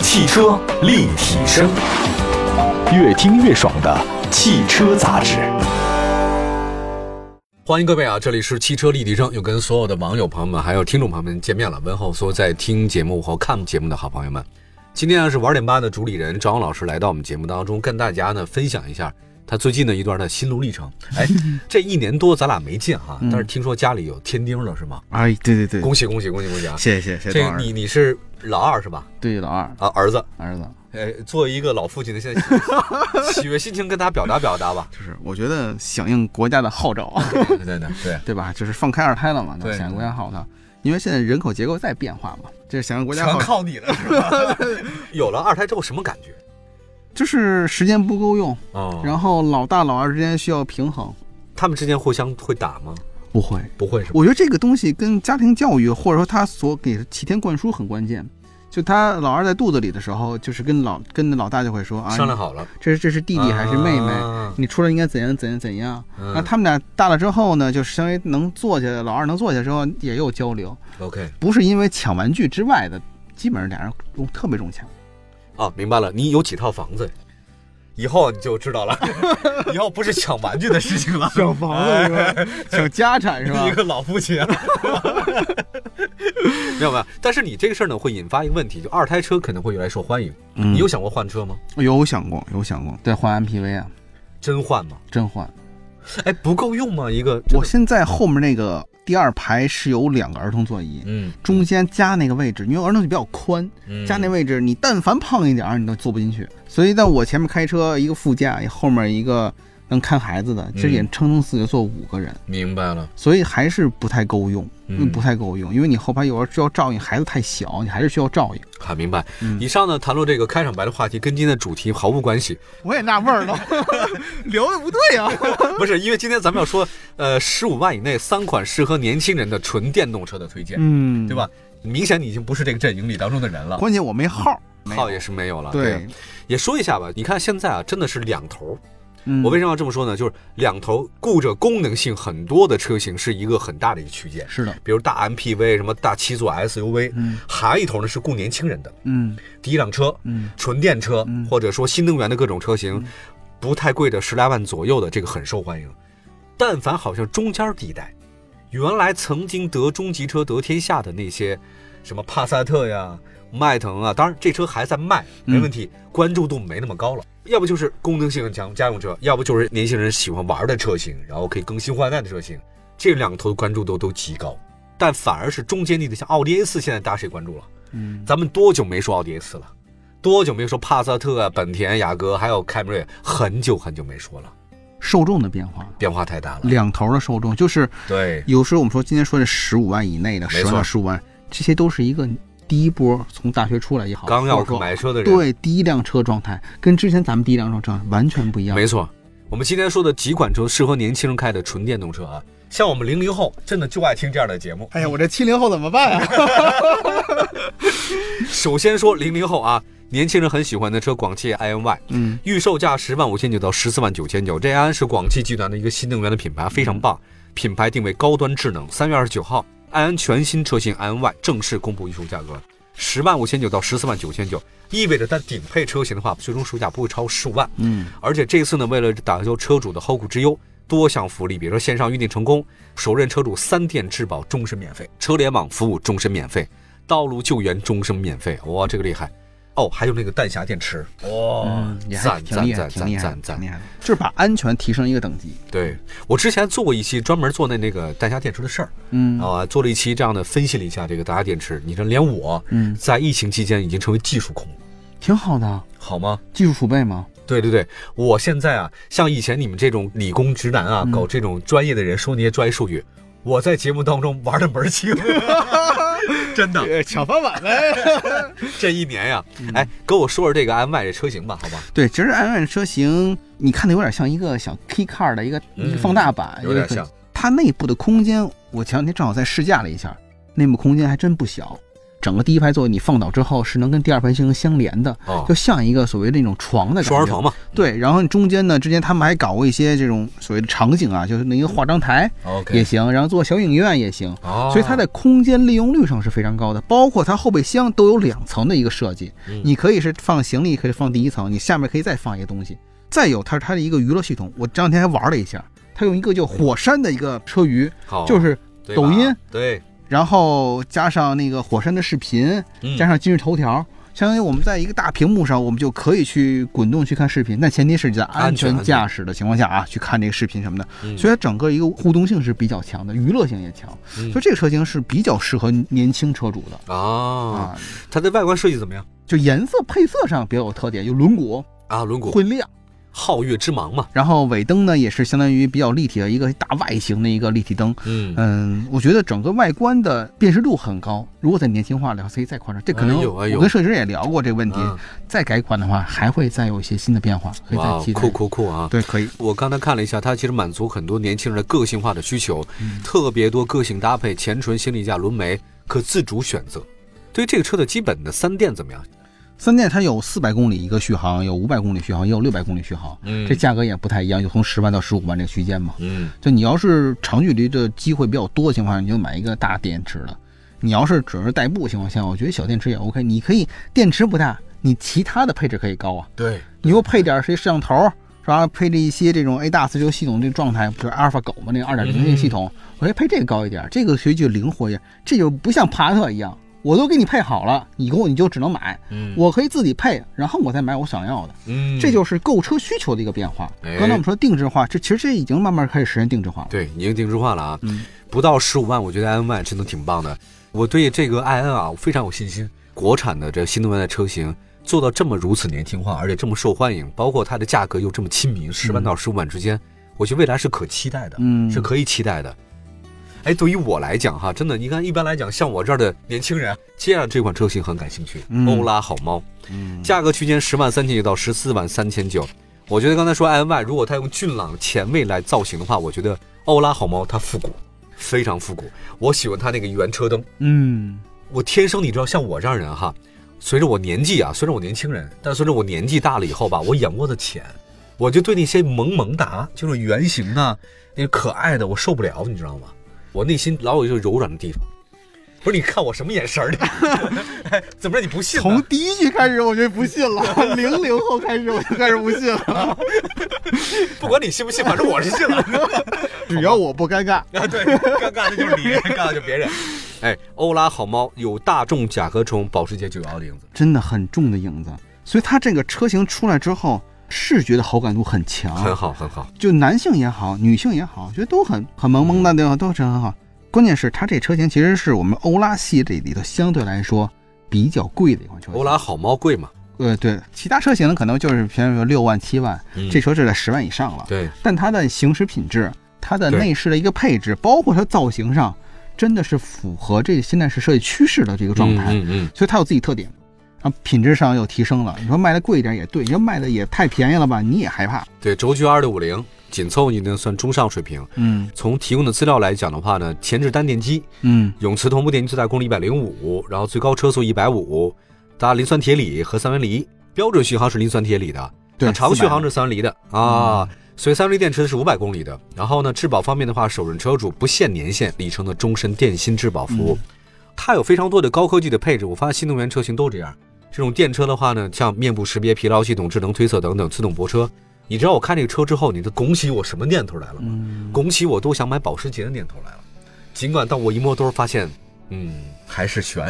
汽车立体声，越听越爽的汽车杂志。欢迎各位啊！这里是汽车立体声，又跟所有的网友朋友们还有听众朋友们见面了。问候所有在听节目和看节目的好朋友们。今天呢啊是玩点吧的主理人张老师来到我们节目当中，跟大家呢分享一下他最近的一段的心路历程。 哎，这一年多咱俩没见哈、但是听说家里有天丁了是吗？哎，对对对，恭喜恭喜恭喜恭喜啊！谢谢谢谢这老个二你你是老二是吧？对老二啊，儿子。儿子，呃，作为一个老父亲的，现在喜悦心情跟大家表达表达 吧。就是我觉得响应国家的号 召，对对对对，对吧？就是放开二胎了嘛，对那响应国家号召，因为现在人口结构在变化嘛，这是响应国家全号召，靠你了，是 吧？有了二胎之后什么感觉？就是时间不够用，哦然后老大老二之间需要平衡，他们之间互相会打吗？不会。不会是吧？我觉得这个东西跟家庭教育，或者说他所给的齐天灌输很关键。就他老二在肚子里的时候，就是跟老跟老大就会说啊，商量好了，这是这是弟弟还是妹妹，啊你出来应该怎样怎样怎样。嗯那他们俩大了之后呢，就是相当于能坐下，老二能坐下之后也有交流， OK 不是因为抢玩具之外的，基本上俩人用特别中枪。啊，明白了。你有几套房子？以后你就知道 了，以后不是抢玩具的事情了，抢房子抢家产是吧一？个老父亲、啊， 没有没有。但是你这个事儿呢，会引发一个问题，就二胎车可能会越来越受欢迎。嗯你有想过换车吗？有想过，有想过，对，换 MPV 啊，真换吗？真换。哎，不够用吗？一个我现在后面那个第二排是有两个儿童座椅，嗯中间加那个位置，因为儿童座椅比较宽，嗯加那位置你但凡胖一点儿你都坐不进去。所以在我前面开车，一个副驾，后面一个能看孩子的，其实也嗯撑死就坐五个人。明白了，所以还是不太够用，嗯不太够用，因为你后排有时候需要照应，孩子太小，你还是需要照应。很明白。嗯以上呢谈论这个开场白的话题，跟今天的主题毫无关系，我也纳闷 了，聊的不对啊。 不是因为今天咱们要说，呃，十五万以内三款适合年轻人的纯电动车的推荐，嗯对？吧？明显你已经不是这个阵营里当中的人了，关键我没号，号也是没有了。对，，也说一下吧，你看现在啊，真的是两头儿。嗯我为什么要这么说呢？就是两头顾着功能性很多的车型是一个很大的一个区间，是的，比如大 MPV、什么大七座 SUV，嗯还有一头呢是顾年轻人的嗯第一辆车，嗯纯电车、嗯或者说新能源的各种车型，不太贵的十来万左右的这个很受欢迎。但凡好像中间地带，原来曾经得中级车得天下的那些，什么帕萨特呀、迈腾啊，当然这车还在卖，没问题，关注度没那么高了。要不就是功能性很强家用车，要不就是年轻人喜欢玩的车型，然后可以更新换代的车型，这两头关注度都极高。但反而是中间地带，像奥迪 A 四，现在大家谁关注了？嗯，咱们多久没说奥迪 A 四了？多久没说帕萨特啊、本田、雅阁，还有凯美瑞？很久很久没说了，受众的变化，变化太大了。两头的受众，就是对，有时候我们说今天说的十五万以内的，没十错万到十五万，这些都是一个第一波从大学出来也好，刚或要者说买车的人，，对第一辆车状态，跟之前咱们第一辆车状态完全不一样。没错。我们今天说的几款车适合年轻人开的纯电动车啊，像我们零零后真的就爱听这样的节目。哎呀，我这七零后怎么办啊？首先说零零后啊，年轻人很喜欢的车，广汽 iNY。嗯预售价十万五千九到十四万九千九，这安是广汽集团的一个新能源的品牌，非常棒。品牌定位高端智能。三月二十九号，安安全新车型安 Y 正式公布预售价格，十万五千九到十四万九千九，意味着它顶配车型的话，最终售价不会超十五万。嗯，而且这次呢，为了打消车主的后顾之忧，多项福利，比如说线上预定成功，首任车主三电质保终身免费，车联网服务终身免费，道路救援终身免费，哇，这个厉害！哦，还有那个弹匣电池，哇、嗯，也还赞挺赞厉害，赞赞挺厉害赞的，挺厉赞！害的，就是把安全提升一个等级。对我之前做过一期专门做那那个弹匣电池的事儿，嗯啊，做了一期这样的分析了一下这个弹匣电池，你这连我嗯，在疫情期间已经成为技术控了，挺好的，好吗？技术储备嘛。对对对，我现在啊，像以前你们这种理工直男嗯啊，搞这种专业的人说那些专业术语，我在节目当中玩的门儿 清，呃真 的。抢饭碗呗！ 这一年呀、嗯哎，跟我说说这个 M Y 这车型吧，好吧？对，其实 M 万车型，你看的有点像一个小 key car 的一个、嗯一个放大版，有点一个像。它内部的空间，我前两天正好在试驾了一下，内部空间还真不小。整个第一排座位你放倒之后是能跟第二排形成相连的，哦 就，像一个所谓的那种床的感觉双人床嘛，对，然后你中间呢，之前他们还搞过一些这种所谓的场景啊，就是那个化妆台嗯 OK 也行，然后做小影院也行，哦，所以它在空间利用率上是非常高的，包括它后备箱都有两层的一个设计，你可以是放行李，可以放第一层，你下面可以再放一个东西。再有，它是它的一个娱乐系统，我这两天还玩了一下，它用一个叫火山的一个车鱼，好就是对抖吧音对，然后加上那个火山的视频，嗯加上今日头条。相当于我们在一个大屏幕上，我们就可以去滚动去看视频，但前提是你在安安全全驾驶的情况下啊，去看这个视频什么的，嗯所以它整个一个互动性是比较强的，娱乐性也强，嗯所以这个车型是比较适合年轻车主的啊，啊。它的外观设计怎么样就颜色配色上比较有特点，有轮毂啊？轮毂会亮，皓月之芒嘛，然后尾灯呢也是相当于比较立体的一个大外形的一个立体灯。嗯，嗯，我觉得整个外观的辨识度很高。如果再年轻化了，可以再宽敞。这可能哎呦我哎呦跟设计师也聊过这个问题，啊再改款的话还会再有一些新的变化，可以哇再期，待。酷酷酷啊！对，可以。我刚才看了一下，它其实满足很多年轻人的个性化的需求，特别多个性搭配，前唇、行李架、轮眉可自主选择。对于这个车的基本的三电怎么样？三电它有四百公里一个续航，有五百公里续航，也有六百公里续航。嗯这价格也不太一样，就从十万到十五万这个区间嘛。嗯，就你要是长距离的机会比较多的情况下，你就买一个大电池的；你要是只是代步情况下，我觉得小电池也 OK。你可以电池不大，你其他的配置可以高啊。对，你又配点儿谁摄像头，是吧？配置一些这种 A 大四六系统这个状态，不是阿尔法狗嘛？那个二点零这系统，我觉得配这个高一点儿，这个其实就灵活一点儿，这就不像帕萨特一样，我都给你配好了，你给我你就只能买，嗯我可以自己配，然后我再买我想要的。嗯，这就是购车需求的一个变化。哎刚才我们说定制化，这其实这已经慢慢开始实现定制化了。对，已经定制化了啊。不到十五万，我觉得 i n 万真的挺棒的。我对这个 i n 啊，我非常有信心。国产的这新能源的车型做到这么如此年轻化，而且这么受欢迎，包括它的价格又这么亲民，十万到十五万之间，我觉得未来是可期待的，嗯是可以期待的。哎，对于我来讲哈，真的，你看，一般来讲，像我这儿的年轻人，啊接下来这款车型很感兴趣，嗯欧拉好猫，价格区间十万三千九到十四万三千九。我觉得刚才说 i n y 如果它用俊朗前卫来造型的话，我觉得欧拉好猫它复古，非常复古。我喜欢它那个圆车灯。嗯，我天生你知道，像我这样人哈，随着我年纪啊，虽然我年轻人，但随着我年纪大了以后吧，我眼窝子浅，我就对那些萌萌哒，就是圆形的、那可爱的，我受不了，你知道吗？我内心老有一个柔软的地方。不是你看我什么眼神儿呢？哎 怎么着你不信呢？从第一句开始我就不信了， 零零后开始我就开始不信 了，不管你信不信，反正我是信 了。只要我不尴尬。啊，对，尴尬的就是你，尴尬的就是别人。哎，欧拉好猫有大众、甲壳虫、保时捷911的影子。真的很重的影子，所以它这个车型出来之后，视觉的好感度很很强，好，很好。就男性也好，女性也好，觉得都很很萌萌的，对吧？都是很好。关键是它这车型其实是我们欧拉系列里头相对来说比较贵的一款车型。欧拉好猫贵嘛？呃对，其他车型可能就是便宜六万七万，嗯这车是在十万以上了。对，但它的行驶品质、它的对内饰的一个配置，包括它造型上，真的是符合这现在是设计趋势的这个状态。嗯嗯所以它有自己特点，啊，品质上又提升了。你说卖的贵一点也对，你说卖的也太便宜了吧，你也害怕嗯。对，轴距二六五零，紧凑你呢算中上水平。嗯从提供的资料来讲的话呢，前置单电机，嗯永磁同步电机最大功率一百零五，然后最高车速一百五，搭磷酸铁锂和三元锂，标准续航是磷酸铁锂的，对那长续航400是三元锂的啊。所以三元锂电池是五百公里的。然后呢，质保方面的话，首任车主不限年限，里程的终身电芯质保服务。它有非常多的高科技的配置，我发现新能源车型都这样。这种电车的话呢，像面部识别、疲劳系统、智能推测等等，自动泊车。你知道我看这个车之后，你就拱起我什么念头来了吗？拱起我多想买保时捷的念头来了。尽管当我一摸兜，发现，嗯，还是悬，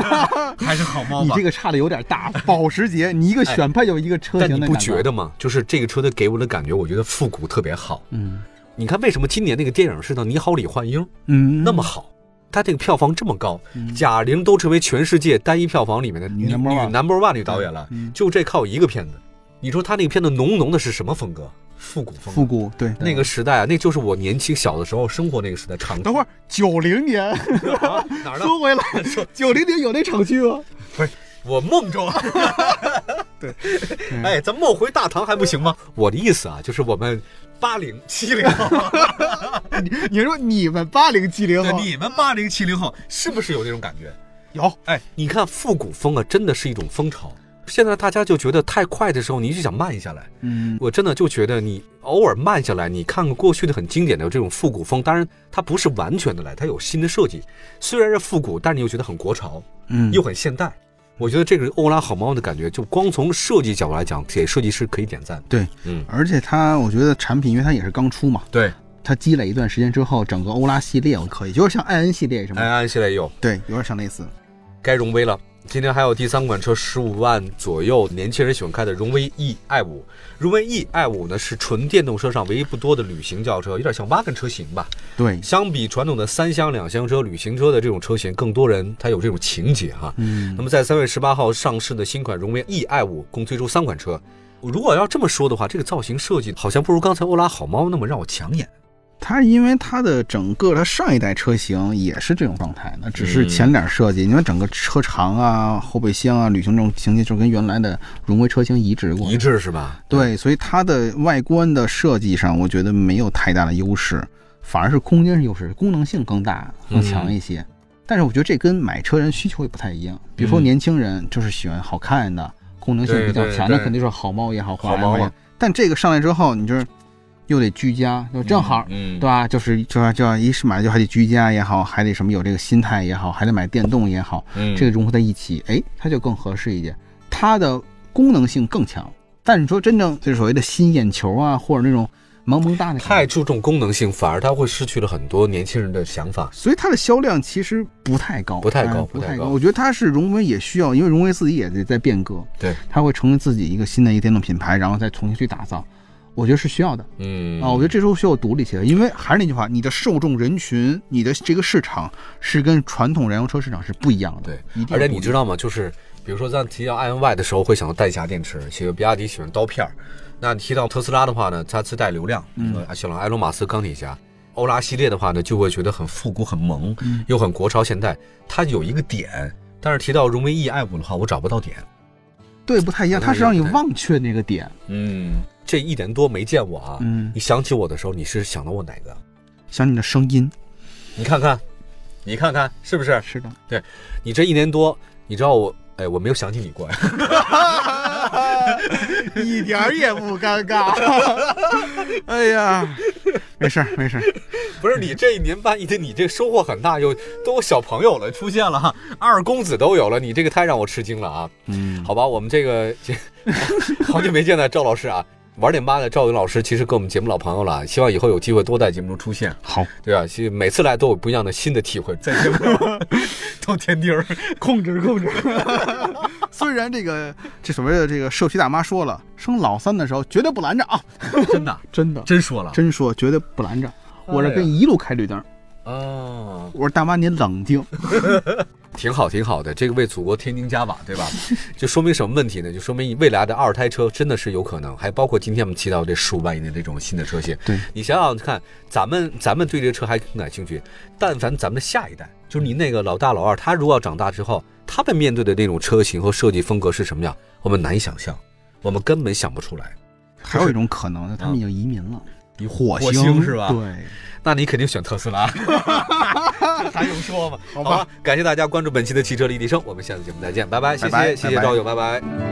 还是好猫你这个差的有点大，保时捷，你一个选配有一个车哎但型你的，不觉？得吗？就是这个车的给我的感觉，我觉得复古特别好。嗯你看为什么今年那个电影是叫《你好，李焕英》嗯，那么好，它这个票房这么高，贾玲都成为全世界单一票房里面的女女 number one 嗯 number one 女导演了，就这靠一个片子。你说她那个片子浓浓的是什么风格？复古风格。复古对那个。时代啊，那就是我年轻小的时候生活那个时代，厂等会儿，九零年 啊哪儿呢？说回 来，九零年有那厂区吗？不是我梦中，啊 嗯对，哎，咱梦回大唐还不行吗？我的意思啊，就是我们八零七零后，你你说你们八零七零对后，你们八零七零后是不是有这种感觉？有，哎，你看复古风啊，真的是一种风潮。现在大家就觉得太快的时候，你就想慢下来。嗯，我真的就觉得你偶尔慢下来，你看看过去的很经典的这种复古风，当然它不是完全的来，它有新的设计。虽然是复古，但你又觉得很国潮，嗯又很现代。我觉得这个欧拉好猫的感觉，就光从设计角度来讲，给设计师可以点赞。对，嗯，而且它，我觉得产品，因为它也是刚出嘛，对，它积累一段时间之后，整个欧拉系列我可以，就是像艾恩系列什么安的，哎安现在也有，对，有点像类似。该荣威了。今天还有第三款车，十五万左右，年轻人喜欢开的荣威 E i 五。荣威 E i 五呢是纯电动车上唯一不多的旅行轿车，有点像 wagon 车型吧。对，相比传统的三厢、两厢车、旅行车的这种车型，更多人他有这种情节哈。嗯那么在三月十八号上市的新款荣威 E i 五共推出三款车。如果要这么说的话，这个造型设计好像不如刚才欧拉好猫那么让我抢眼。它因为它的整个它上一代车型也是这种状态，那只是前脸设计，因为整个车长啊、后备箱啊、旅行这种情节就跟原来的荣威车型移植过，一致是吧？对，所以它的外观的设计上，我觉得没有太大的优势，反而是空间是优势，功能性更大、更嗯强一些。但是我觉得这跟买车人需求也不太一样，比如说嗯年轻人就是喜欢好看的、功能性比较对对强，对那肯定是好猫也好，好华猫也啊好。但这个上来之后，你就是又得居家，就正好。嗯对，吧？就是就要就要一是买就还得居家也好，还得什么有这个心态也好，还得买电动也好，嗯这个融合在一起，哎，它就更合适一点，它的功能性更强。但你说真正就是所谓的吸眼球啊，或者那种萌萌哒的感太觉，注重功能性，反而它会失去了很多年轻人的想法。所以它的销量其实不太高，不太高哎不不太太高我觉得它是荣威也需要，因为荣威自己也得在变革，对，它会成为自己一个新的一个电动品牌，然后再重新去打造，我觉得是需要的。嗯啊，我觉得这时候需要独立起来，因为还是那句话，你的受众人群，你的这个市场是跟传统燃油车市场是不一样的。对一定要而且独你立知道吗？就是比如说，咱提到 i n y 的时候，会想到弹匣电池；，喜欢比亚迪喜欢刀片儿。那提到特斯拉的话呢，它自带流量，嗯，喜欢埃隆马斯钢铁侠。欧拉系列的话呢，就会觉得很复古、很萌，嗯又很国潮现代。它有一个点，但是提到荣威 E i 五的话，我找不到点。对不太一样，不太它一是样让你对忘却那个点。嗯，这一年多没见我啊。嗯你想起我的时候，你是想到我哪个？想你的声音，你看看，你看看，是不是？啊是的，你这一年多，你知道我，哎，我没有想起你过呀。一点儿也不尴尬。 哎呀，没事儿，没事儿，不是你这一年半，你的你这收获很大，有都有小朋友了，出现了哈，二公子都有了，你这个太让我吃惊了啊！嗯，好吧，我们这个 这好久没见的赵老师啊，玩点吧的赵云老师，其实跟我们节目老朋友了，啊希望以后有机会多在节目中出现，好，对吧？其实每次来都有不一样的新的体会，在节目中 都天地儿，控制控制。虽然这个这所谓的这个社区大妈说了，生老三的时候绝对不拦着啊，真的真的，真说了真说绝对不拦着。我这哎跟呀一路开绿灯，啊，我说大妈您冷静，挺好挺好的，这个为祖国添丁加瓦，对吧？ 就说明什么问题呢？就说明未来的二胎车真的是有可能，还包括今天我们提到这十五万以内的这种新的车型，对，你想想看，咱们咱们对这个车还挺感兴趣，但凡咱们的下一代，就是你那个老大老二，他如果要长大之后，他们面对的那种车型和设计风格是什么样，我们难以想象，我们根本想不出来。还有一种可能，他们已经移民了，你啊火星星是吧？对，那你肯定选特斯 拉，还用说吗？好吧，感谢大家关注本期的汽车立体声，我们下次节目再见，拜拜，谢拜谢谢拜谢拜拜赵友，拜拜